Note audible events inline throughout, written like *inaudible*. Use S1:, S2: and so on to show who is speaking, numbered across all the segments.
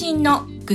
S1: グ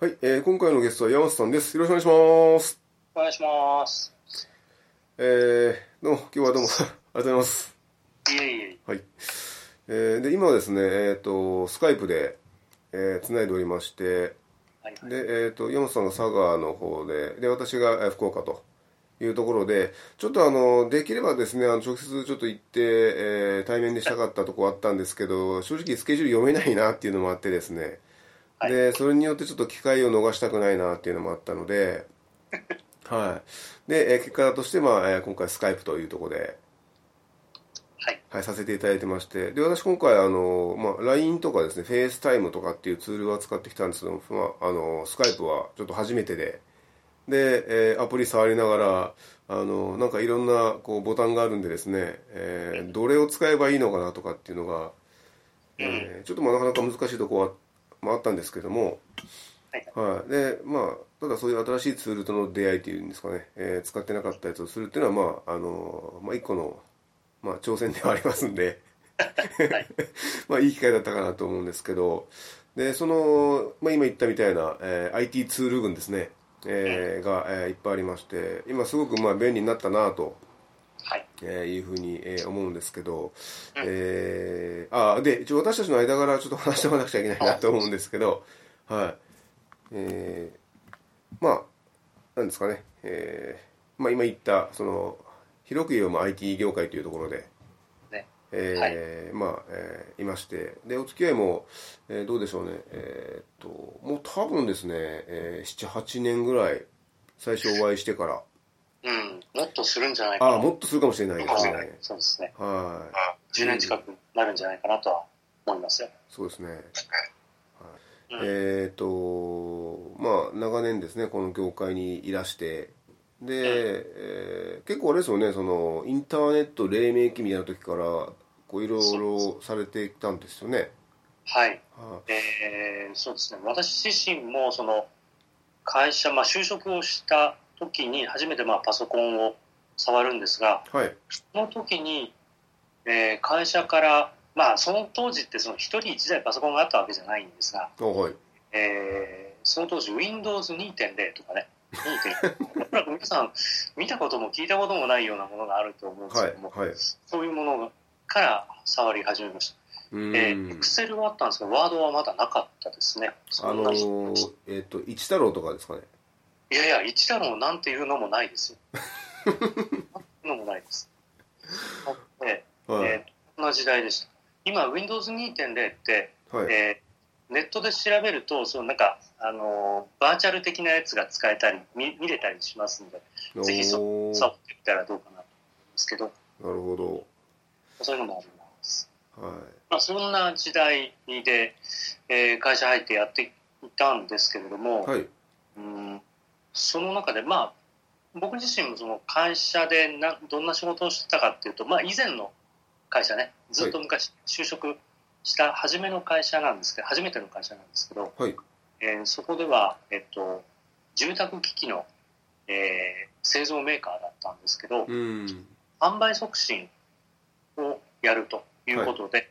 S2: はい、えー今回のゲストは山瀬さんです。よろしくお願いします。
S3: お願いします。
S2: えー、どうも、今日はどうも、 *laughs* ありがとうございます。
S3: いえいえ。
S2: はい。えー、で、今はですね、えっ、と、スカイプで、えー、繋いでおりまして、
S3: はいはい、
S2: で、えっ、と、山瀬さんが佐賀の方で、で、私がえー福岡というところで、ちょっとあの、できればですね、あの直接ちょっと行って、えー、対面でしたかったとこあったんですけど、正直スケジュール読めないなっていうのもあってですね、
S3: はい
S2: で、それによってちょっと機会を逃したくないなっていうのもあったので、はい。で、えー結果として、まあ、えー今回スカイプというところで、
S3: はい。
S2: はい、させていただいてまして、で、私今回、あの、まあ、LINE とかですね、FaceTime とかっていうツールは使ってきたんですけども、まあ、あの、スカイプはちょっと初めてで、で、えーアプリ触りながら、あの、なんかいろんな、こう、ボタンがあるんでですね、えーどれを使えばいいのかなとかっていうのが、えーちょっとまあなかなか難しいとこは、まあ、あったんですけども、はい、でまあただそういう新しいツールとの出会いというんですかね、えー使ってなかったやつをするっていうのはまああのまあ一個のまあ挑戦ではありますんで、 *laughs* まあいい機会だったかなと思うんですけど、でそのまあ今言ったみたいな、えー IT ツール群ですね、えーが、えーいっぱいありまして、今すごくまあ便利になったなと。
S3: はい。
S2: えーいうふうに、えー思うんですけど、えーあで一応私たちの間からちょっと話しておかなくちゃいけないなと思うんですけど、はいえーまあなんですかね、えーまあ、今言ったその広く言えばまあ IT 業界というところで、
S3: ね。
S2: えーまあ、えーいましてでお付き合いも、えーどうでしょうねえーっともう多分ですね、えー、78年ぐらい最初お会いしてから
S3: うん。もっとするんじゃないか
S2: あ
S3: な。
S2: あもっとするかもしれないですね
S3: そうですね。
S2: はい
S3: 10年近くなるんじゃないかなとは思いますよ。
S2: そうですね。はい
S3: うん
S2: えっ、と、まあ、長年ですね、この業界にいらして、で、えー結構あれですよね、その、インターネット黎明期みたいな時から、こう、いろいろされていたんですよね。
S3: はい。
S2: は
S3: えー、そうですね。私自身も、その、会社、まあ、就職をした時に、初めて、まあ、パソコンを触るんですが、
S2: い。はい。
S3: その時に、えー会社から、まあ、その当時って、その、一人一台パソコンがあったわけじゃないんですが、
S2: あはい。
S3: えーその当時 Windows2.0 とかね、2.0おそら *laughs* く皆さん見たことも聞いたこともないようなものがあると思うんです
S2: は
S3: け
S2: い
S3: ども、。
S2: はい。
S3: そういうものから触り始めました。
S2: う
S3: え
S2: ー
S3: ー
S2: ん。
S3: Excel はあったんですけど、Word はまだなかったですね。
S2: あ
S3: そん
S2: の
S3: な
S2: ーえっ、と、一太郎とかですかね。
S3: いやいや、一太郎なんていうのもない
S2: *laughs*
S3: ですよ。なんていうのもないです。で
S2: はい。
S3: えーこんな時代でした。今、Windows2.0 って、
S2: はい。
S3: えーネットで調べるとそのなんか、あのーバーチャル的なやつが使えたり見見れたりしますのでぜひそ
S2: おー
S3: 触ってみたらどうかなと思うんですけど
S2: なるほど。
S3: そういうのもあります、
S2: は
S3: まあ、そんな時代で、えー会社入ってやっていたんですけれども、
S2: い。はい。
S3: うんその中でまあ僕自身もその会社でなどんな仕事をしてたかっていうと、まあ、以前の会社ねずっと昔就職した初めの会社なんですけど初めての会社なんですけど、
S2: はい
S3: えーそこでは、えっと、住宅機器の、えー製造メーカーだったんですけど、
S2: うーん。
S3: 販売促進をやるということで、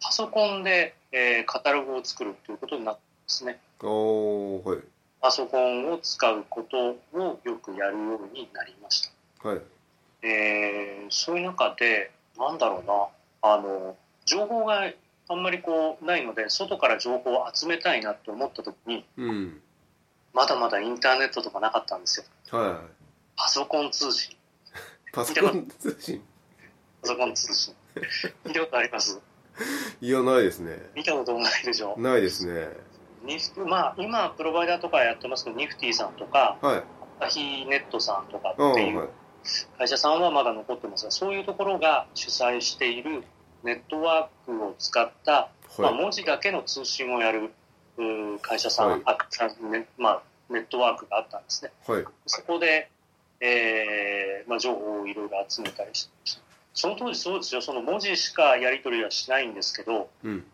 S3: パソコンで、えーカタログを作るということになったんですね。
S2: おー、はい。
S3: パソコンを使うことをよくやるようになりました。
S2: はい。
S3: えーそういう中で、なんだろうな、あの、情報があんまりこうないので、外から情報を集めたいなって思った時に、
S2: うん。
S3: まだまだインターネットとかなかったんですよ。
S2: はい。
S3: パソコン通信。
S2: パソコン通信
S3: パソコン通信。見たことあります
S2: いや、ないですね。
S3: 見たこともないでしょ。
S2: ないですね。
S3: ニフまあ、今、プロバイダーとかやってますけど、ニフティさんとか、
S2: はい。
S3: アヒネットさんとか
S2: ああ、
S3: って
S2: はい
S3: い。う会社さんはまだ残ってますがそういうところが主催しているネットワークを使ったまあ、文字だけの通信をやるう会社さん、
S2: はい
S3: あさんねまあ、ネットワークがあったんですね。
S2: はい。
S3: そこで、えーまあ、情報をいろいろ集めたりして、その当時そうですよ、その文字しかやり取りはしないんですけど、
S2: うん。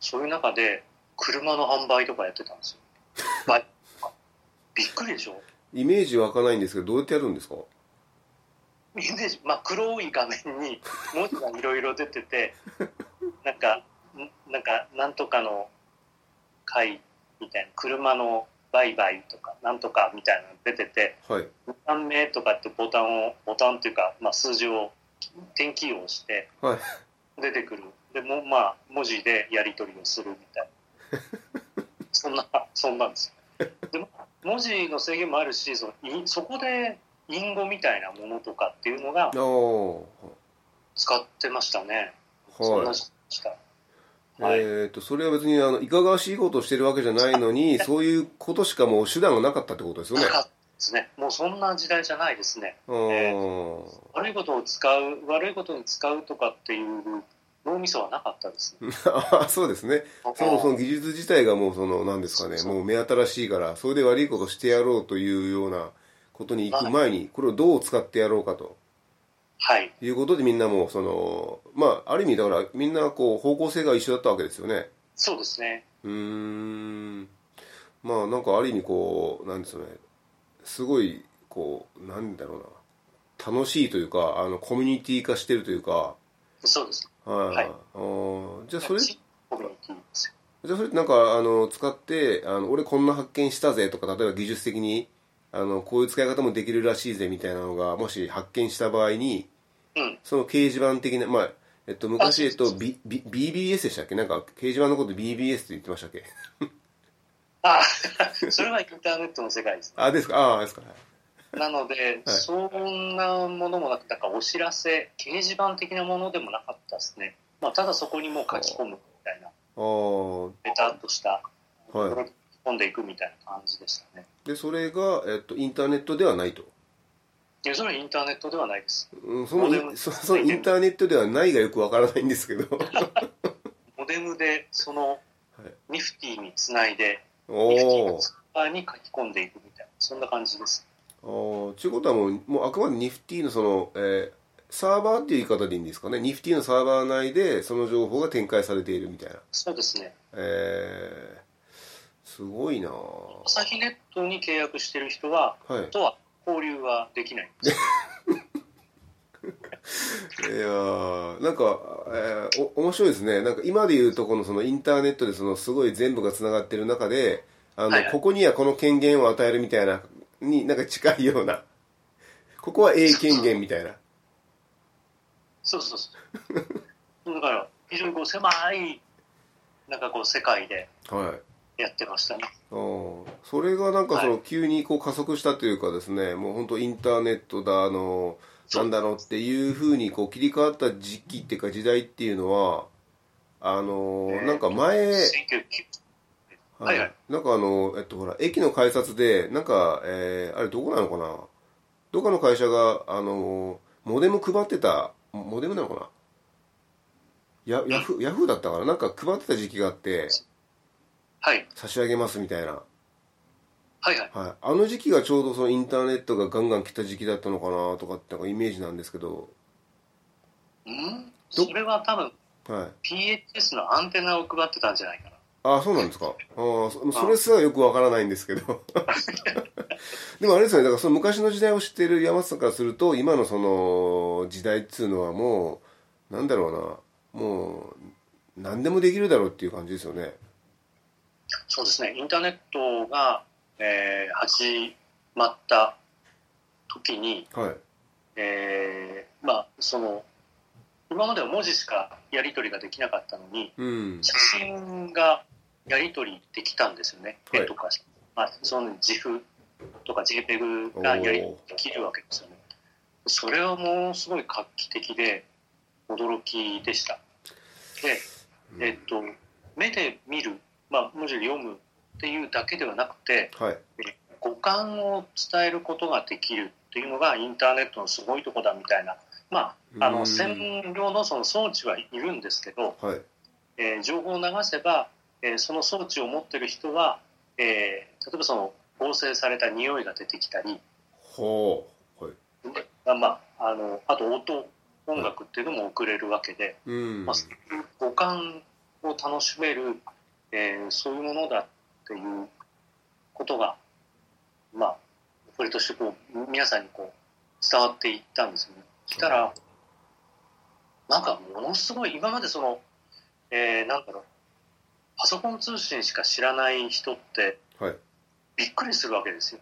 S3: そういう中で車の販売とかやってたんですよ。バイクとかびっくりでしょ
S2: イメージ湧かないんですけど、どうやってやるんですか
S3: イメージ、まあ、黒い画面に文字がいろいろ出てて、なんか、んなんか、なんとかの会みたいな、車の売買とか、なんとかみたいなの出てて、
S2: はい。
S3: ボタン名とかってボタンを、ボタンっていうか、まあ、数字を、点キーを押して、
S2: はい。
S3: 出てくる。でも、まあ、文字でやり取りをするみたい
S2: *laughs*
S3: な。そんな、そんなんですよ。でも、文字の制限もあるし、そのいそこで、隠語みたいなものとかっていうのが
S2: ああ。
S3: 使ってましたね。そん
S2: は。
S3: ないした。はい。
S2: えっと、それは別に、あの、いかがわしいことをしてるわけじゃないの
S3: *laughs*
S2: に、そういうことしかもう手段がなかったってことですよね
S3: な。かったですね。もうそんな時代じゃないですね。
S2: あー
S3: 悪いことを使う、悪いことに使うとかっていう脳みそはなかったですね。
S2: *laughs* あー。そうですね。そもそも技術自体がもうその、なんですかね、
S3: そうそう
S2: もう目新しいから、それで悪いことしてやろうというようなことに行く前に、これをどう使ってやろうかと
S3: はい。
S2: いうことでみんなもう、その、まあ、ある意味だからみんなこう方向性が一緒だったわけですよね。
S3: そうですね。
S2: うーん。まあなんかある意味こう、なんですよね、すごい、こう、なんだろうな、楽しいというか、あの、コミュニティ化してるというか、
S3: そうです。
S2: はい。
S3: はい
S2: あーじゃあそれ、
S3: シンコミュニティですよ
S2: じゃあそれってなんかあの使ってあの俺こんな発見したぜとか例えば技術的にあのこういう使い方もできるらしいぜみたいなのがもし発見した場合に
S3: うん。
S2: その掲示板的なまあえっと昔え
S3: あ
S2: っ
S3: そうそ
S2: と
S3: うそう
S2: B B BBS でしたっけなんか掲示板のこと BBS って言ってましたっけ
S3: あ
S2: *laughs*
S3: あ、それはインターネットの世界です。
S2: あですかああですかはい
S3: なので、
S2: はい
S3: そんなものもなく、なんかお知らせ、掲示板的なものでもなかったですね。まあ、ただそこにもう書き込むみたいな、
S2: あー
S3: ベタっとし
S2: は
S3: た、
S2: い
S3: 書き込んでいくみたいな感じでしたね。
S2: でそれが、えっと、インターネットではないと、
S3: いや、それはインターネットではないです。
S2: うん、その
S3: モデム
S2: いそそのインターネットではないがよくわからないんですけ
S3: *laughs*
S2: ど
S3: モデムで、その、ニフティにつないで、
S2: お
S3: ニフティの
S2: お
S3: ツーパーに書き込んでいくみたいな、そんな感じです。
S2: あーちゅうことはもう、もうあくまでニフティのその、えーサーバーっていう言い方でいいんですかね。ニフティのサーバー内でその情報が展開されているみたいな。
S3: そうですね。
S2: えー、すごいなぁ
S3: 朝日ネットに契約してる人は、
S2: はい。
S3: とは交流はできないんです。
S2: いやーなんか、えーお面白いですね。なんか今でいうとこのそのインターネットでそのすごい全部がつながってる中で、あの、
S3: はいはい
S2: ここにはこの権限を与えるみたいな、になんか近いような。 *laughs* ここは A 権限みたいな。
S3: そうそうそう。だから、非常にこう狭い、なんかこう世界で
S2: はい。
S3: やってましたね。
S2: あーそれがなんかその急にこう加速したというかですね、もう本当インターネットだあのなんだろうっていうふうにこう切り替わった時期っていうか時代っていうのはあの
S3: ね
S2: なんか前、
S3: 1990はいはい
S2: なんかあのえっとほら駅の改札でなんか、えーあれどこなのかなどっかの会社があのモデム配ってたモモデムなのかなやヤフーヤフーだったからなんか配ってた時期があって
S3: はい、
S2: 差し上げますみたいな。
S3: はいはい。
S2: はい、あの時期がちょうどそのインターネットがガンガン来た時期だったのかなとかってなんかイメージなんですけど、
S3: うん
S2: ど
S3: それは多分
S2: はい、
S3: PHS のアンテナを配ってたんじゃないかな。
S2: ああそうなんですかあーそそれすらよくわからないんですけ *laughs* どでもあれですよねだからその昔の時代を知ってる山下さんからすると今のその時代っつうのはもうなんだろうなもう何でもできるだろうっていう感じですよね
S3: そうですね、インターネットが、えー始まった時に、
S2: はい
S3: えーまあ、その、今までは文字しかやり取りができなかったのに、
S2: うん
S3: 写真がやり取りできたんですよね、
S2: はい
S3: 絵とか、まあ、その GIF とか JPEG がやり取りできるわけですよね。それはものすごい画期的で、驚きでした。で、えっと、目で見る、まあ、文字で読むっていうだけではなくて、
S2: はい
S3: 五感を伝えることができるっていうのがインターネットのすごいとこだみたいな、まあ、あ
S2: う
S3: の
S2: ん
S3: 専用のその装置はいるんですけど、
S2: はい
S3: えー情報を流せば、えーその装置を持ってる人は、えー例えばその合成された匂いが出てきたり、
S2: ほうはい
S3: まあまあ、あのあと音音楽っていうのも送れるわけで、
S2: うん
S3: まあ、そういう五感を楽しめる、えーそういうものだっていうことがまあこれとしてこう皆さんにこう伝わっていったんですよね。したらなんかものすごい今までその、えーなんだろうパソコン通信しか知らない人って
S2: はい
S3: びっくりするわ
S2: *laughs*
S3: けですよ。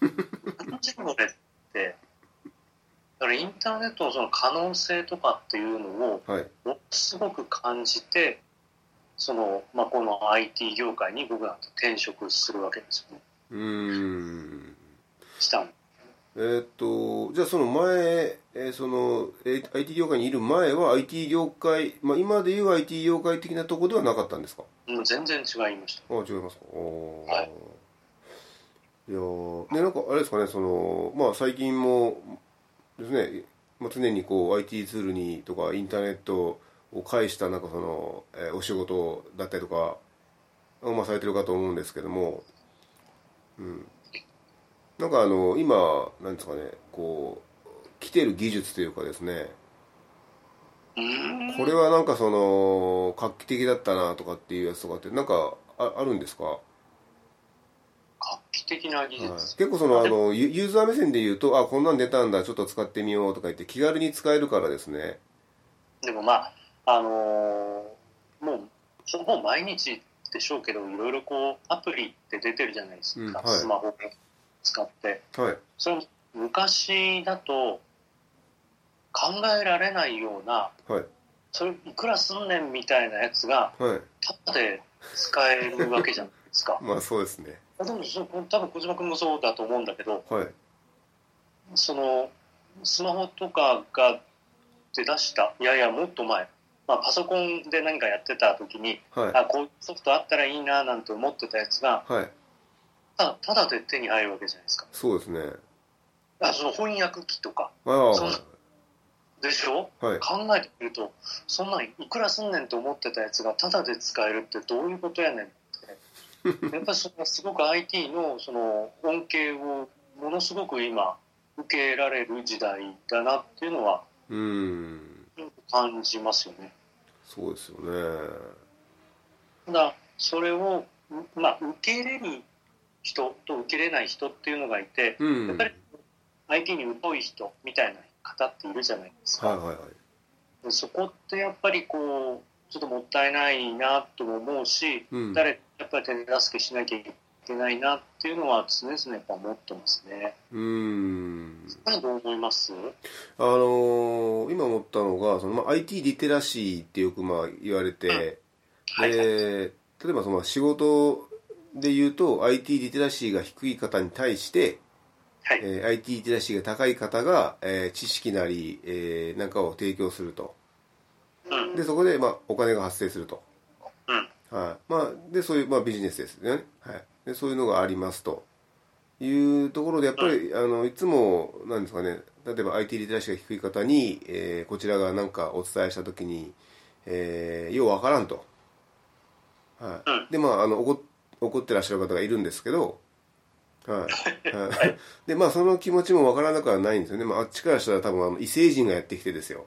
S3: 何時これってだからインターネットのその可能性とかっていうのを
S2: はい
S3: ものすごく感じてその、まあ、この IT 業界に僕は転職するわけですよね
S2: うーん
S3: したん
S2: えーっとじゃあその前、えーそのえー IT 業界にいる前は IT 業界、まあ、今でいう IT 業界的なとこではなかったんですか
S3: もう全然違いました
S2: あ違いますかおー
S3: はい
S2: いやーでなんかあれですかねその、まあ、最近もですね、まあ、常にこう IT ツールにとかインターネットを介したなんかその、えーお仕事だったりとか、まあ、されてるかと思うんですけども、うん、なんかあの今なんですかねこう来てる技術というかですね
S3: うーん
S2: これはなんかその画期的だったなとかっていうやつとかってなんかああるんですか
S3: 画期的な技術、
S2: はい結構そのあのユユーザー目線で言うとあこんなん出たんだちょっと使ってみようとか言って気軽に使えるからですね
S3: でもまああのーもうほぼ毎日でしょうけどいろいろこうアプリって出てるじゃないですか、
S2: うんはい
S3: スマホを使って
S2: はい
S3: それも昔だと考えられないような
S2: はい
S3: それいくらすんねんみたいなやつが
S2: はい
S3: ただで使えるわけじゃないですか
S2: まあそうですね
S3: *laughs* でもその多分小島君もそうだと思うんだけど
S2: はい
S3: そのスマホとかが出だしたいやいやもっと前、まあ、パソコンで何かやってた時に
S2: は
S3: あこういうソフトあったらいいななんて思ってたやつが
S2: いはい
S3: ただただで手に入るわけじゃないですか
S2: そうですね
S3: あその翻訳機とか
S2: ああ
S3: そうでしょ
S2: はい
S3: 考えてみるとそんなんいくらすんねんと思ってたやつがタダで使えるってどういうことやねん
S2: *laughs*
S3: ってやっぱりそれはすごく IT のその恩恵をものすごく今受けられる時代だなっていうのは
S2: うーん
S3: 感じますよね
S2: そうですよね
S3: ただそれを、まあ、受け入れる人と受け入れない人っていうのがいて
S2: うん
S3: やっぱり IT に疎い人みたいな方っているじゃないですか
S2: はいはいはい
S3: でそこってやっぱりこうちょっともったいないなとも思うし、
S2: うん
S3: 誰かやっぱり手助けしなきゃいけないなっていうのは常々やっぱ思ってますね。
S2: うーん
S3: どう思います？
S2: あのー今思ったのがその、まあ、IT リテラシーってよくまあ言われて、
S3: はいはい
S2: で例えばその仕事で言うと IT リテラシーが低い方に対して、
S3: はい
S2: えー IT リテラシーが高い方が、えー知識なり、えーなんかを提供すると
S3: うん
S2: でそこで、まあ、お金が発生すると、はいまあ、でそういう、まあ、ビジネスですよね、はい、でそういうのがありますというところでやっぱり、あのいつもなんですかね例えば IT リテラシーが低い方に、えーこちらが何かお伝えした時に、えーようわからんと、はい
S3: うん
S2: でまああの怒怒ってらっしゃる方がいるんですけどはい、はい、でまあその気持ちもわからなくはないんですよね、まあ、あっちからしたら多分あの異星人がやってきてですよ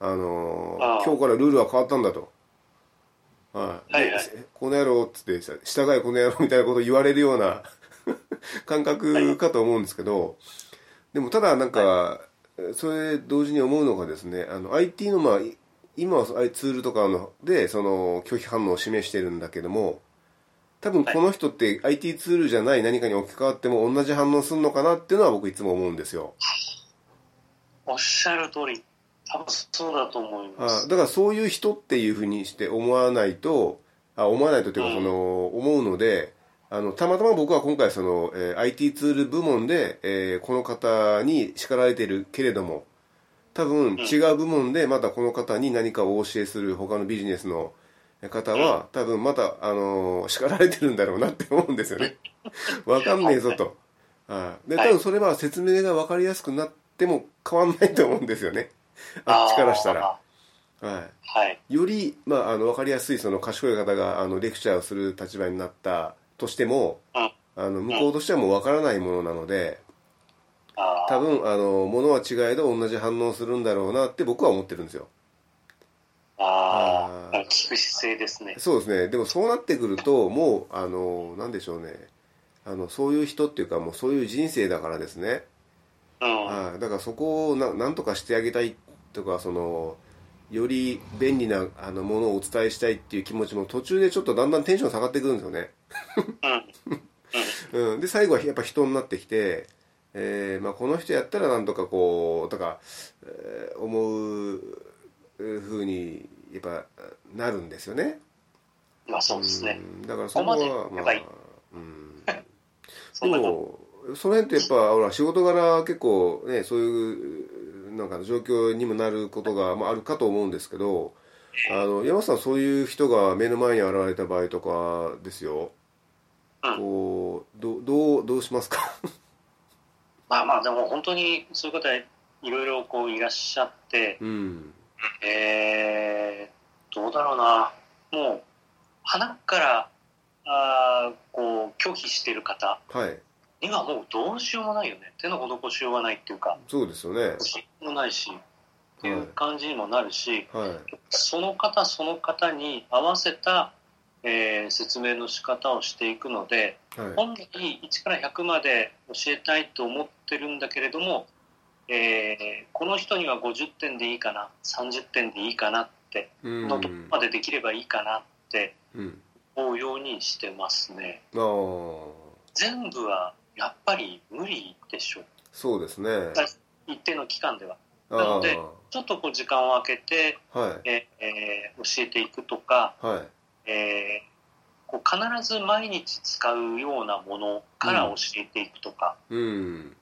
S2: あのー
S3: ああ
S2: 今日からルールは変わったんだとはい、
S3: はいはい
S2: でこの野郎っつって従えこの野郎みたいなことを言われるような *laughs* 感覚かと思うんですけど、でもただなんか、それ同時に思うのがですねあの IT のまあい今はそうツールとかのでその拒否反応を示してるんだけども多分この人って IT ツールじゃない何かに置き換わっても同じ反応するのかなっていうのは僕いつも思うんですよ
S3: おっしゃる通り、多分そうだと思いま
S2: あ
S3: す。
S2: だからそういう人っていうふうにして思わないとあ思わないとというか
S3: うん
S2: その、思うのであのたまたま僕は今回その、えー IT ツール部門で、えーこの方に叱られてるけれども多分
S3: ん
S2: 違う部門でまたこの方に何かをお教えする他のビジネスの方は多分また、あのー叱られてるんだろうなって思うんですよ
S3: *laughs*
S2: ね。わかんねえぞと。はいで多
S3: はい
S2: 分それは説明が分かりやすくなっても変わんないと思うんですよね。あっちからしたら。
S3: あ
S2: は
S3: はい、
S2: い、より、まあ、あの分かりやすいその賢い方があのレクチャーをする立場になったとしても
S3: うん
S2: あの向こうとしてはもう分からないものなので
S3: あ
S2: 多
S3: ー
S2: 分あのものは違いど同じ反応をするんだろうなって僕は思ってるんですよ
S3: あ
S2: あ
S3: ー
S2: ー
S3: 聞く姿勢ですね
S2: そうですねでもそうなってくるともうあのなんでしょうねあのそういう人っていうかもうそういう人生だからですね
S3: うん
S2: はい、だからそこをななんとかしてあげたいとかそのより便利なあのものをお伝えしたいっていう気持ちも途中でちょっとだんだんテンション下がってくるんですよね、
S3: うん
S2: うん、で最後はやっぱ人になってきて、えーまあ、この人やったらなんとかこうとか、えー思うふうにやっぱなるんですよね
S3: まあそうですね
S2: うんだからそこは
S3: ここまでやっぱり
S2: うん
S3: *laughs* そ
S2: で
S3: んなこと
S2: もその辺ってやっぱほら仕事柄結構ねそういうなんか状況にもなることが、まあ、あるかと思うんですけどあの山本さんそういう人が目の前に現れた場合とかですよ、
S3: うん
S2: こうどどうどうしますか
S3: まあまあでも本当にそういう方いろいろこういらっしゃって
S2: うん
S3: えー、どうだろうなもう鼻からあーこう拒否してる方
S2: はい
S3: にはもうどうしようもないよね手の施しようがないっていうか
S2: そうですよね
S3: どうしようもないしっていう感じにもなるし、
S2: はい
S3: その方その方に合わせた、えー説明の仕方をしていくので
S2: はい
S3: 本来1から100まで教えたいと思ってるんだけれども、えーこの人には50点でいいかな30点でいいかなって
S2: うん
S3: のとこまでできればいいかなって
S2: うん
S3: 思うようにしてますね
S2: あー
S3: 全部はやっぱり無理でしょう
S2: そうですね
S3: 一定の期間では
S2: あ
S3: なの
S2: ー
S3: でちょっとこう時間を空けて、
S2: はい
S3: えーえー教えていくとか
S2: はい
S3: えーこう必ず毎日使うようなものから教えていくとか、
S2: うん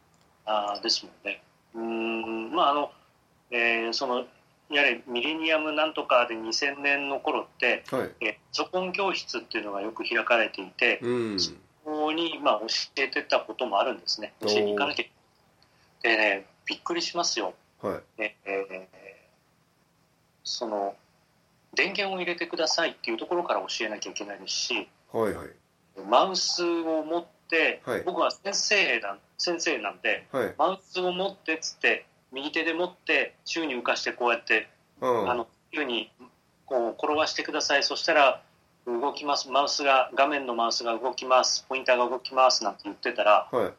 S3: あーですもんね。うーんまああの、えーそのやれミレニアムなんとかで2000年の頃って、
S2: はい
S3: えー、ゾコン教室っていうのがよく開かれていて、
S2: うん
S3: ここに、まあ、教えてたこともあるんですね。
S2: お
S3: 教
S2: ー
S3: えに行かなきゃ。でね、びっくりしますよ。
S2: はい
S3: ええーその電源を入れてくださいっていうところから教えなきゃいけないですし、
S2: はいはい
S3: マウスを持って、
S2: はい
S3: 僕は先生なん先生なんで
S2: はい
S3: マウスを持ってっつって右手で持って宙に浮かしてこうやって、
S2: うん
S3: あの宙にこう転がしてくださいそしたら動きますマウスが画面のマウスが動きますポインターが動きますなんて言ってたら
S2: はい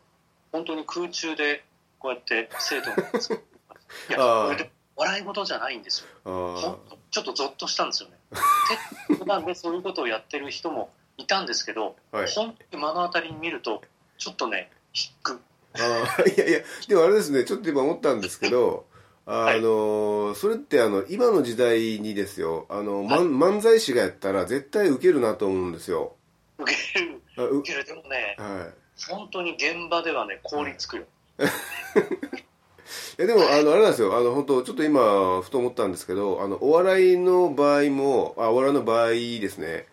S3: 本当に空中でこうやって生徒
S2: *laughs*
S3: のいや
S2: あー
S3: これで笑い事じゃないんですよ
S2: あ
S3: ほんちょっとゾッとしたんですよね。で普段でそういうことをやってる人もいたんですけど
S2: あはい
S3: 本当に目の当たりに見るとちょっとね引く
S2: ああいやいやでもあれですねちょっと今思ったんですけどあ
S3: い
S2: の、それってあの今の時代にですよあの、まん漫才師がやったら絶対ウケるなと思うんですよ
S3: 受ける
S2: あう
S3: 受けるでもね
S2: はい
S3: 本当に現場ではね凍りつくよ、
S2: えでもあのあれなんですよあの本当ちょっと今ふと思ったんですけどあのお笑いの場合もあお笑いの場合ですね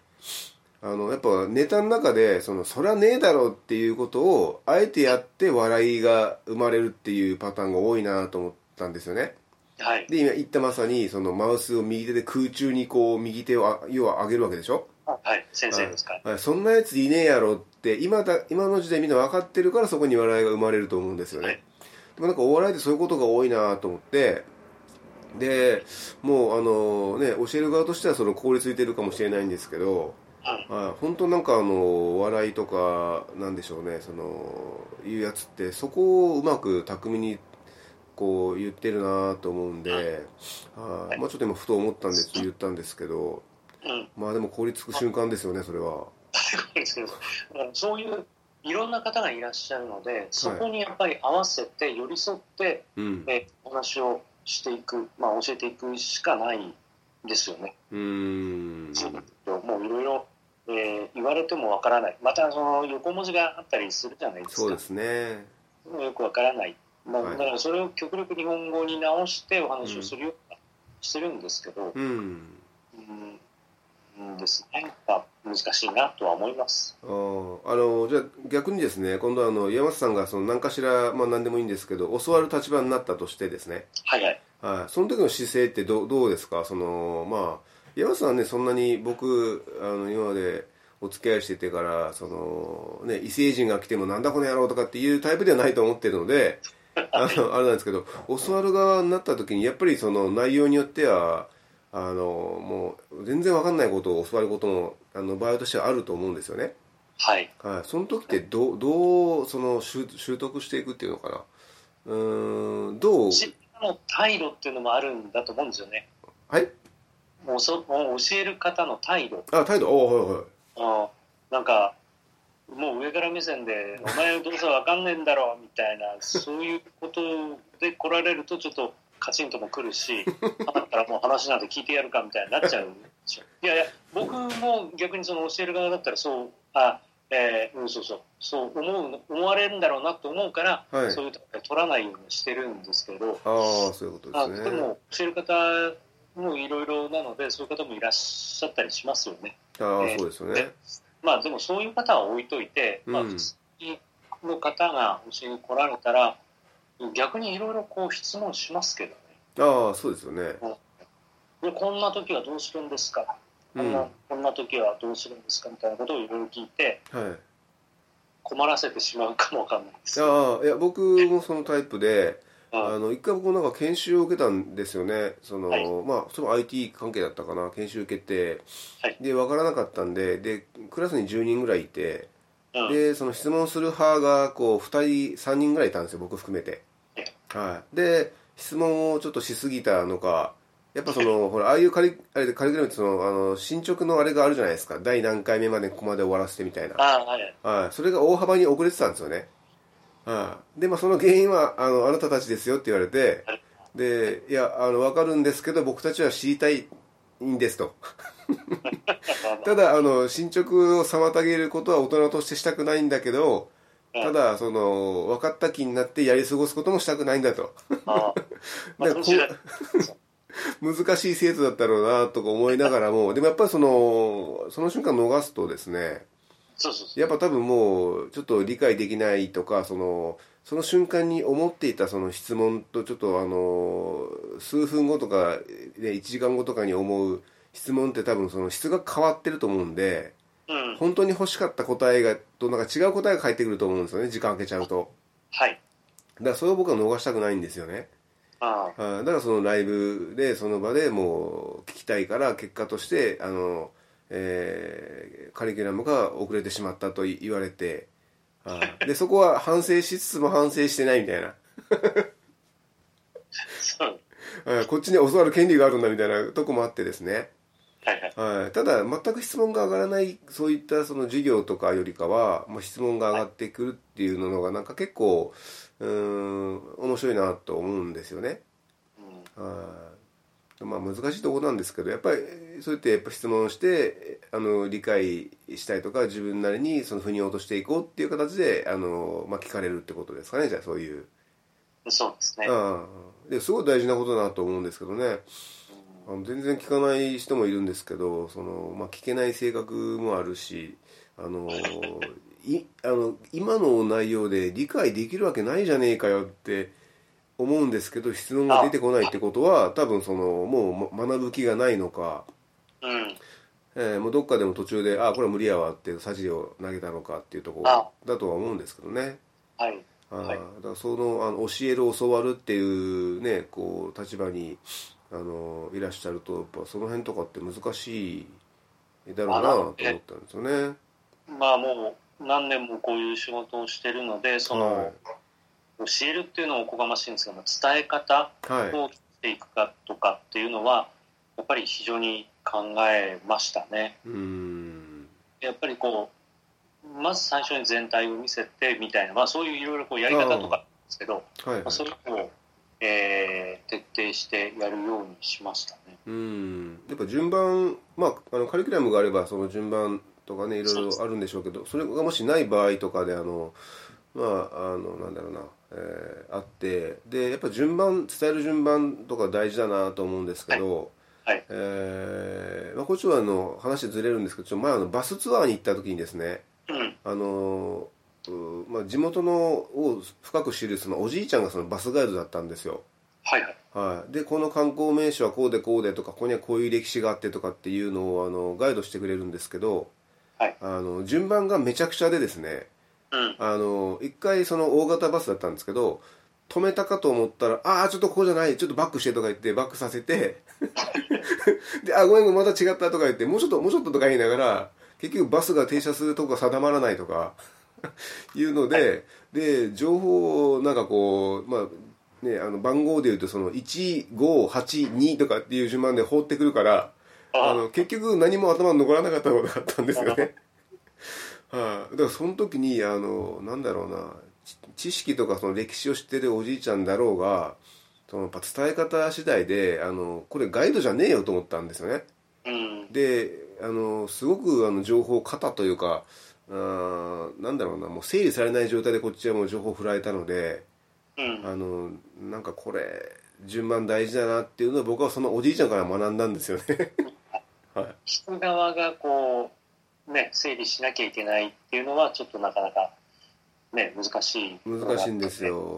S2: あのやっぱネタの中でそのそりゃねえだろうっていうことをあえてやって笑いが生まれるっていうパターンが多いなと思ったんですよね
S3: はい
S2: で今言ったまさにそのマウスを右手で空中にこう右手をあ要は上げるわけでしょ
S3: はい先生ですから、
S2: はいそんなやついねえやろって今だ今の時代みんな分かってるからそこに笑いが生まれると思うんですよね、
S3: はい
S2: でもなんかお笑いってそういうことが多いなと思ってでもうあのね教える側としてはその凍りついてるかもしれないんですけど
S3: うん
S2: はい本当なんかあのお笑いとかなんでしょうねそのいうやつってそこをうまく巧みにこう言ってるなと思うんで、はいまあ、ちょっと今ふと思ったんで言ったんですけど
S3: うん
S2: まあでも凍りつく瞬間ですよねそれは
S3: そういういろんな方がいらっしゃるのでそこにやっぱり合わせて寄り添って、
S2: うん
S3: えお話をしていく、まあ、教えていくしかないですよね
S2: うーん
S3: もういろいろ、えー言われてもわからないまたその横文字があったりするじゃないですか
S2: そうですね
S3: よくわからない、まあ
S2: はい
S3: だからそれを極力日本語に直してお話をするようにしてるんですけど、
S2: うん
S3: うんうんですね、やっぱ難しいなとは思います。
S2: あーあのじゃあ逆にですね今度はあの山瀬さんがその何かしら、まあ、何でもいいんですけど教わる立場になったとしてですね
S3: はいはい。
S2: はい、その時の姿勢ってどうどうですかそのまあ山下さんねそんなに僕あの今までお付き合いしててからその、ね、異星人が来てもなんだこの野郎とかっていうタイプではないと思ってるのであのあれなんですけど教わる側になった時にやっぱりその内容によってはあのもう全然わかんないことを教わることもあの場合としてはあると思うんですよね。
S3: はい。
S2: はい、その時ってどうどうその習習得していくっていうのかなうーんどう
S3: 教え方の態度っていうのもあるんだと思うんですよね。
S2: はい
S3: もうそもう教える方の態度。
S2: あ態度おうはいはい
S3: あなんか、もう上から目線で、お前どうせわかんねえんだろうみたいな、そういうことで来られると、ちょっとカチンとも来るし、だったらもう話なんて聞いてやるかみたいになっちゃうんですよ。いやいや、僕も逆にその教える側だったら、そう、あ、えーうん、そうそう、そう思うの、思われるんだろうなと思うから、
S2: はい
S3: そういうとこで取らないようにしてるんですけど、
S2: ああそういうこと
S3: あ
S2: です
S3: で
S2: ね
S3: も教える方もいろいろなのでそういう方もいらっしゃったりしますよね。
S2: ああ
S3: えー
S2: そうですよね
S3: でまあでもそういう方は置いといて、まあ
S2: うん
S3: 普通の方が教えに来られたら逆にいろいろこう質問しますけどね
S2: ああそうですよね
S3: でこんな時はどうするんですか、
S2: う
S3: こん
S2: ん
S3: な
S2: は
S3: こんな時はどうするんですかみたいなことをいろいろ聞いて
S2: いあ
S3: 困らせてしまうかもわかんないです。
S2: あいや僕もそのタイプで
S3: うん
S2: あの一回僕なんか研修を受けたんですよねその、
S3: はい
S2: まあその IT 関係だったかな研修受けて、
S3: はい
S2: で分からなかったんででクラスに10人ぐらいいて
S3: うん
S2: でその質問する派がこう2人3人ぐらいいたんですよ僕含めて
S3: え、
S2: はい、で質問をちょっとしすぎたのかやっぱそ
S3: *laughs*
S2: のほらああいうカリあれでカリキュラムってそのあの進捗のあれがあるじゃないですか第何回目までここまで終わらせてみたいな、
S3: ああはい
S2: はい、それが大幅に遅れてたんですよね、はい、で、まあ、その原因はあのあなたたちですよって言われて
S3: はい
S2: でいやあの分かるんですけど僕たちは知りたいんですとただあの進捗を妨げることは大人としてしたくないんだけど
S3: うん
S2: ただその分かった気になってやり過ごすこともしたくないん *laughs* だと
S3: ああまあ
S2: でこう
S3: どちら
S2: 難しい生徒だったろうなとか思いながらも *laughs* でもやっぱりそのその瞬間逃すとですね
S3: そうそうそう
S2: やっぱ多分もうちょっと理解できないとかそのその瞬間に思っていたその質問とちょっとあの数分後とか、ね、1時間後とかに思う質問って多分その質が変わってると思うんで。
S3: うん
S2: 本当に欲しかった答えがとなんか違う答えが返ってくると思うんですよね時間空けちゃうと
S3: はい
S2: だからそれを僕は逃したくないんですよね
S3: あ
S2: あーだからそのライブでその場でもう聞きたいから結果としてあの、えーカリキュラムが遅れてしまったとい言われてあーでそこは反省しつつも反省してないみたいな
S3: あそう
S2: あーこっちに教わる権利があるんだみたいなとこもあってですね
S3: はいはい
S2: はい、ただ全く質問が上がらないそういったその授業とかよりかはもう質問が上がってくるっていうのがなんか結構うーん面白いなと思うんですよね。
S3: うん
S2: はいまあ、難しいところなんですけどやっぱりそうやってやっぱ質問してあの理解したいとか自分なりにその腑に落としていこうっていう形であの、まあ、聞かれるってことですかねじゃあそういう、
S3: そうですね。
S2: ああですごい大事なことだなと思うんですけどね。あの全然聞かない人もいるんですけどその、まあ、聞けない性格もあるしあのいあの今の内容で理解できるわけないじゃねえかよって思うんですけど質問が出てこないってことは多分そのもうま学ぶ気がないのか、
S3: うん。うん
S2: えーもうどっかでも途中で「あこれは無理やわ」ってさじを投げたのかっていうとこ
S3: あ
S2: ろだとは思うんですけどね。
S3: はい。
S2: あー
S3: はい
S2: だからそのあの教える教わるっていうねこう立場にあのいらっしゃるとやっぱその辺とかって難しいだろうな
S3: あな
S2: と
S3: るほ
S2: 思っ
S3: どね
S2: たんですよね。
S3: まあもう何年もこういう仕事をしてるので、そ
S2: は
S3: の、教えるっていうのもおこがましいんですけども、伝え方
S2: はい、
S3: をしていくかとかっていうのは、やっぱり非常に考えましたね。
S2: うーん
S3: やっぱりこう、まず最初に全体を見せてみたいな、まあそういういろいろこうやり方とかですけど、
S2: はいはい
S3: まあ、それを、えー徹底してやるようにしましたね。
S2: うんやっぱ順番まああのカリキュラムがあればその順番とかねいろいろあるんでしょうけどそれがもしない場合とかであのまああのなんだろうな、えーあってでやっぱ順番伝える順番とか大事だなと思うんですけど、
S3: はいはい
S2: えーまあ、こっちはあの話ずれるんですけどちょっと前あのバスツアーに行った時にですね
S3: うん。
S2: あのうまあ、地元のを深く知るそのおじいちゃんがそのバスガイドだったんですよ。
S3: はいはい。
S2: はいはい、でこの観光名所はこうでこうでとかここにはこういう歴史があってとかっていうのをあのガイドしてくれるんですけど、
S3: はい
S2: あの順番がめちゃくちゃでですね
S3: うん。
S2: あの一回その大型バスだったんですけど止めたかと思ったら「ああちょっとここじゃないちょっとバックして」とか言ってバックさせ
S3: *laughs*
S2: てで「あごめんごめんまた違った」とか言って「もうちょっともうちょっと」とか言いながら結局バスが停車するとこが定まらないとか *laughs* いうのでで情報をなんかこうまあね、あの番号でいうとその1582とかっていう順番で放ってくるからあ
S3: あ
S2: の結局何も頭に残らなかったことがあったんですよね。 *laughs* はい、だからその時にあのなんだろうなち知識とかその歴史を知ってるおじいちゃんだろうがそのやっぱ伝え方次第であのこれガイドじゃねえよと思ったんですよね。
S3: うん。
S2: であのすごくあの情報型というかあーなんだろうなもう整理されない状態でこっちはもう情報を振られたので
S3: うん。
S2: あのなんかこれ順番大事だなっていうのは僕はそのおじいちゃんから学んだんですよね。
S3: 人側がこう、ね、整理しなきゃいけないっていうのは、ちょっとなかなか、ね、難しい。
S2: 難しいんです。よ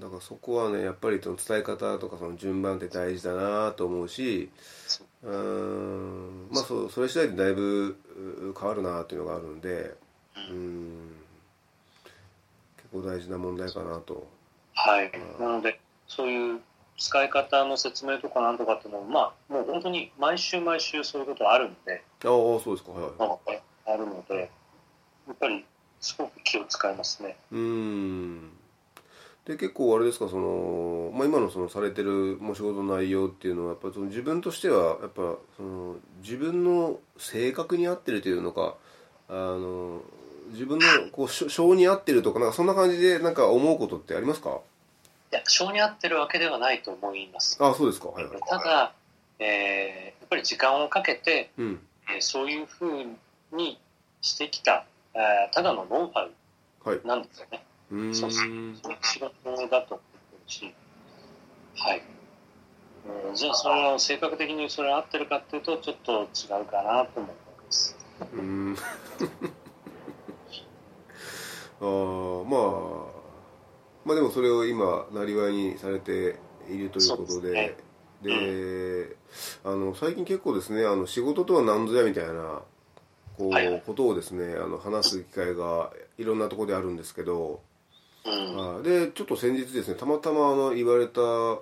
S2: だからそこはねやっぱりその伝え方とかその順番って大事だなと思うしうーんまあそうそれ次第でだいぶう変わるなっていうのがあるんでうーん結構大事な問題かなと
S3: はい。なので、そういう使い方の説明とかなんとかっていうのも、まあ、もう本当に毎週毎週そういうことあるんで、
S2: ああそうですかはいはい
S3: あるので、やっぱり、すごく気を使いますね。
S2: うーんで結構あれですかその、まあ、今のそのされてるもう仕事の内容っていうのはやっぱその自分としてはやっぱその自分の性格に合ってるというのかあの自分のこうし性に合ってるとかなんかそんな感じでなんか思うことってありますか
S3: いや、性に合ってるわけではないと思います。
S2: あそうですかはいはい
S3: ただ、えーやっぱり時間をかけて、
S2: うん
S3: えーそういうふうにしてきた、えーただのノウハ
S2: はい
S3: ウなんですよね。
S2: うーん
S3: そうです仕事だと思ってるし、はい。うんじゃあ、その性格的にそれ合ってるかっていうと、ちょっと違うかなと思います。
S2: うーん *laughs* あーまあまあでもそれを今なりわいにされているということでで,、あの最近結構ですねあの仕事とは何ぞやみたいなこう、
S3: はい
S2: ことをですねあの話す機会がいろんなところであるんですけど、
S3: うん。
S2: あーでちょっと先日ですねたまたまあの言われたあー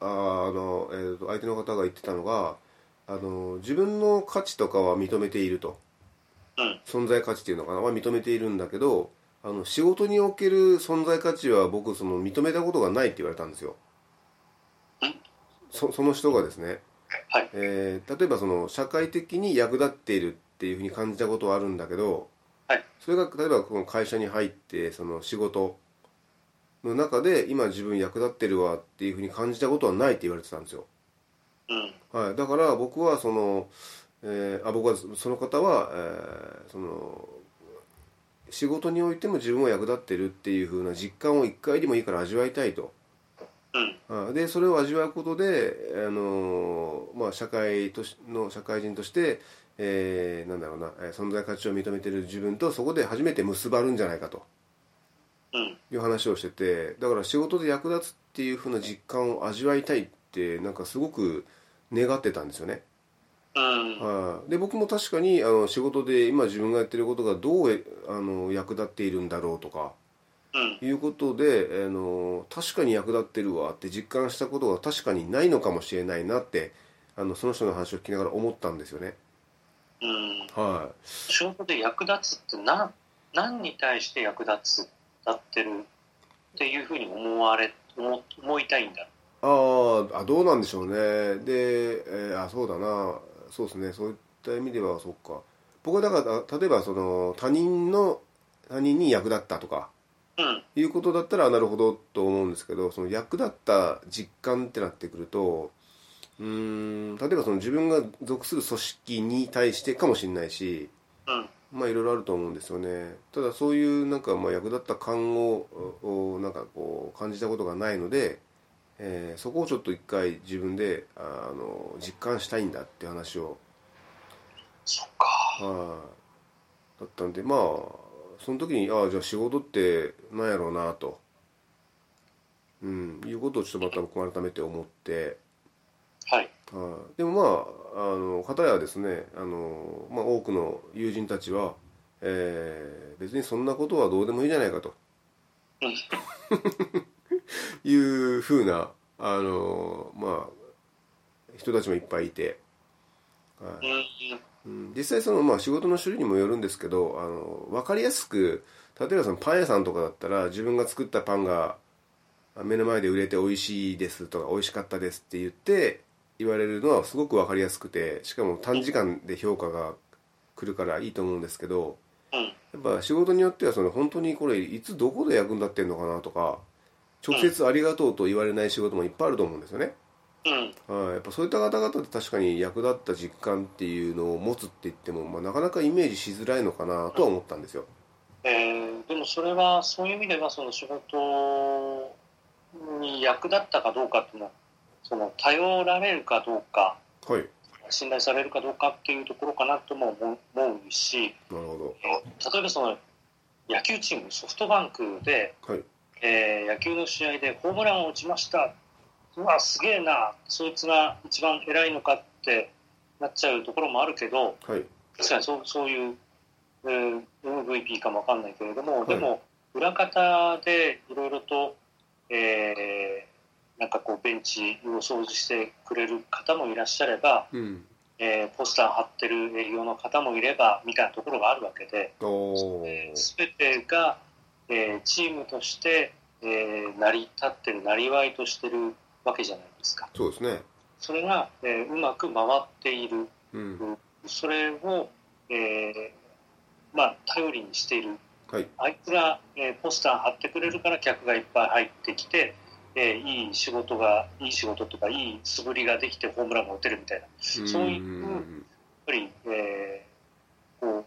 S2: あの、えーと相手の方が言ってたのがあの自分の価値とかは認めていると。
S3: うん。
S2: 存在価値っていうのかなは認めているんだけどあの仕事における存在価値は僕その認めたことがないって言われたんですよ
S3: ん
S2: そその人がですね、
S3: はい
S2: えー例えばその社会的に役立っているっていうふうに感じたことはあるんだけど、
S3: はい
S2: それが例えばこの会社に入ってその仕事の中で今自分役立ってるわっていうふうに感じたことはないって言われてたんですよ
S3: うん。
S2: はい、だから僕はその、えーあ僕はその方は、えーその仕事においても自分は役立ってるっていう風な実感を一回でもいいから味わいたいと
S3: うん。
S2: あでそれを味わうことで、あのーまあ、社会としの社会人として、えーなんだろうなえー存在価値を認めてる自分とそこで初めて結ばるんじゃないかと
S3: うん。
S2: いう話をしててだから仕事で役立つっていう風な実感を味わいたいってなんかすごく願ってたんですよね。
S3: うん。
S2: はいで僕も確かにあの仕事で今自分がやってることがどうえあの役立っているんだろうとか
S3: うん。
S2: いうことであの確かに役立ってるわって実感したことが確かにないのかもしれないなってあのその人の話を聞きながら思ったんですよね。
S3: うん。
S2: は
S3: 仕事で役立つって何何に対して役立つだってるっていうふうに思われ思思いたいんだ
S2: い、あーあどうなんでしょうねで、えーあそうだなそうですねそういった意味ではそっか僕はだから例えばその他人の他人に役立ったとか
S3: うん
S2: いうことだったらなるほどと思うんですけどその役立った実感ってなってくるとうーん例えばその自分が属する組織に対してかもしれないし
S3: うん
S2: まあいろいろあると思うんですよねただそういうなんかまあ役立った感ををなんかこう感じたことがないので、えーそこをちょっと一回自分でああの実感したいんだって話を
S3: そっか
S2: はいだったんでまあその時にああじゃあ仕事ってなんやろうなとううん、いうことをちょっとまた僕改めて思って、
S3: はい。
S2: はいでもまああの片やですねあの、まあ、多くの友人たちは、えー別にそんなことはどうでもいいじゃないかと
S3: うん。
S2: いうふうなあの、まあ、人たちもいっぱいいて、はい
S3: うん。
S2: うん実際そのまあ仕事の種類にもよるんですけどあの分かりやすく例えばそのパン屋さんとかだったら自分が作ったパンがあ目の前で売れて美味しいですとか美味しかったですって言って言われるのはすごく分かりやすくてしかも短時間で評価が来るからいいと思うんですけど
S3: うん。
S2: やっぱ仕事によってはその本当にこれいつどこで役に立ってんのかなとか直接ありがとうと言われない仕事もいっぱいあると思うんですよね。
S3: うん。
S2: はい、やっぱそういった方々って確かに役立った実感っていうのを持つって言っても、まあ、なかなかイメージしづらいのかなとは思ったんですよ。
S3: えーでもそれはそういう意味ではその仕事に役立ったかどうかっていうのはその頼られるかどうか
S2: はい、
S3: 信頼されるかどうかっていうところかなとも思う思うし
S2: なるほ
S3: 例えばその野球チームソフトバンクで、
S2: はい
S3: えー野球の試合でホームランを打ちましたうわすげえなそいつが一番偉いのかってなっちゃうところもあるけど、
S2: ど。はい、
S3: 確かにそうそういう、えー MVP かもわかんないけれども、でも裏方でいろいろと、えーなんかこうベンチを掃除してくれる方もいらっしゃれば、
S2: うん、
S3: えーポスター貼ってる営業の方もいればみたいなところがあるわけで、
S2: お
S3: え
S2: ー
S3: ー、全てが、えーチームとして、えー成り立ってるなりわいとしてるわけじゃないですか。
S2: そうですね。
S3: それが、えーうまく回っている
S2: うん、
S3: それを、えーまあ、頼りにしている
S2: はい、
S3: あいつが、えーポスター貼ってくれるから客がいっぱい入ってきて、えーいい仕事がいい仕事とかいい素振りができてホームランが打てるみたいなやっそういうんぱり、えーこう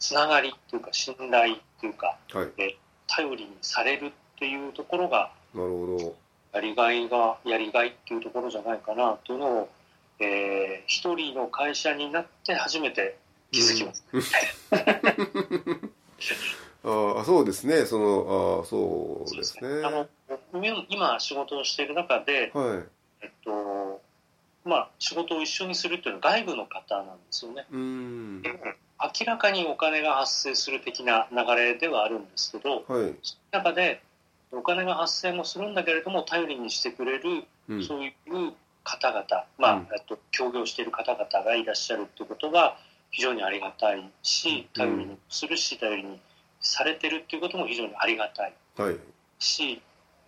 S3: つながりっていうか信頼っていうか
S2: はい、
S3: 頼りにされるっていうところが
S2: なるほ
S3: やりがいがやりがいっていうところじゃないかなというのを、えー一人の会社になって初めて気づきます。
S2: ど。ああ、そうですね。その、ああ、そうですね。
S3: あの今今仕事をしている中で、
S2: は
S3: えっとまあ、仕事を一緒にするっていうのは外部の方なんですよね。
S2: い、うん、
S3: 明らかにお金が発生する的な流れではあるんですけど、
S2: はい、
S3: その中でお金が発生もするんだけれども、頼りにしてくれる、
S2: うん、
S3: そういう方々、まあ
S2: うん
S3: えっと、協業している方々がいらっしゃるってことは、非常にありがたいし、頼りにするし、頼りにされてるっていうことも非常にありがたい。
S2: はい、
S3: し、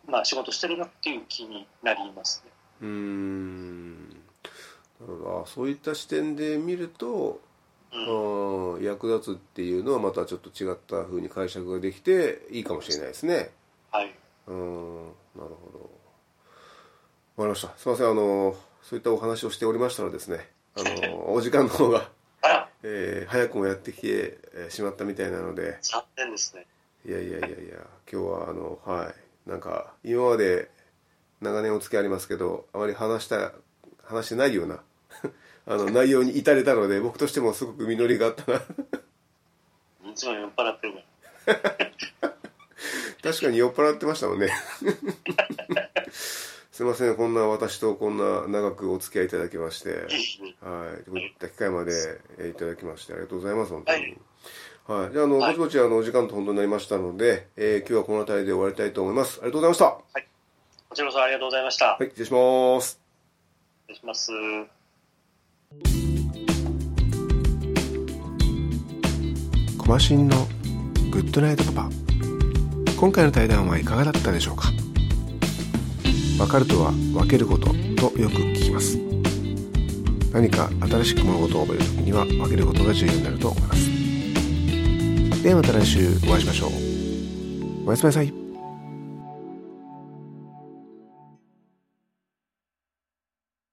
S3: まあ、仕事してるなっていう気になりますね。
S2: うーん。なるほど。あそういった視点で見ると、
S3: うん
S2: うん役立つっていうのはまたちょっと違った風に解釈ができていいかもしれないですね。
S3: はい、
S2: うん、なるほど。わかりました。すいません、あの、そういったお話をしておりましたらですね、あの、お時間の方が、
S3: あら
S2: えー早くもやってきてえーしまったみたいなので、
S3: 残念ですね。
S2: いやいやいやいや、今日はあの、はい、なんか、今まで長年お付き合いありますけど、あまり話した、話してないよう *laughs* な、あの、内容に至れたので、僕としてもすごく実りがあったな。 *laughs*
S3: いつも酔っ払ってるから。
S2: 確かに酔っ払ってましたもんね *laughs* すいませんこんな私とこんな長くお付き合いいただきましてはいこういった機会までえーいただきましてありがとうございます本当にはい、じゃああの、
S3: はい
S2: ぼちぼちあのお時間と本当になりましたので、えー今日はこの辺りで終わりたいと思いますありがとうございましたは
S3: こちらこそありがとうございました。
S2: い失礼します
S3: 失礼します。
S2: コマシンのグッドナイトパパ今回の対談はいかがだったでしょうか分かるとは分けることとよく聞きます何か新しく物事を覚える時には分けることが重要になると思いますではまた来週お会いしましょうおやすみなさい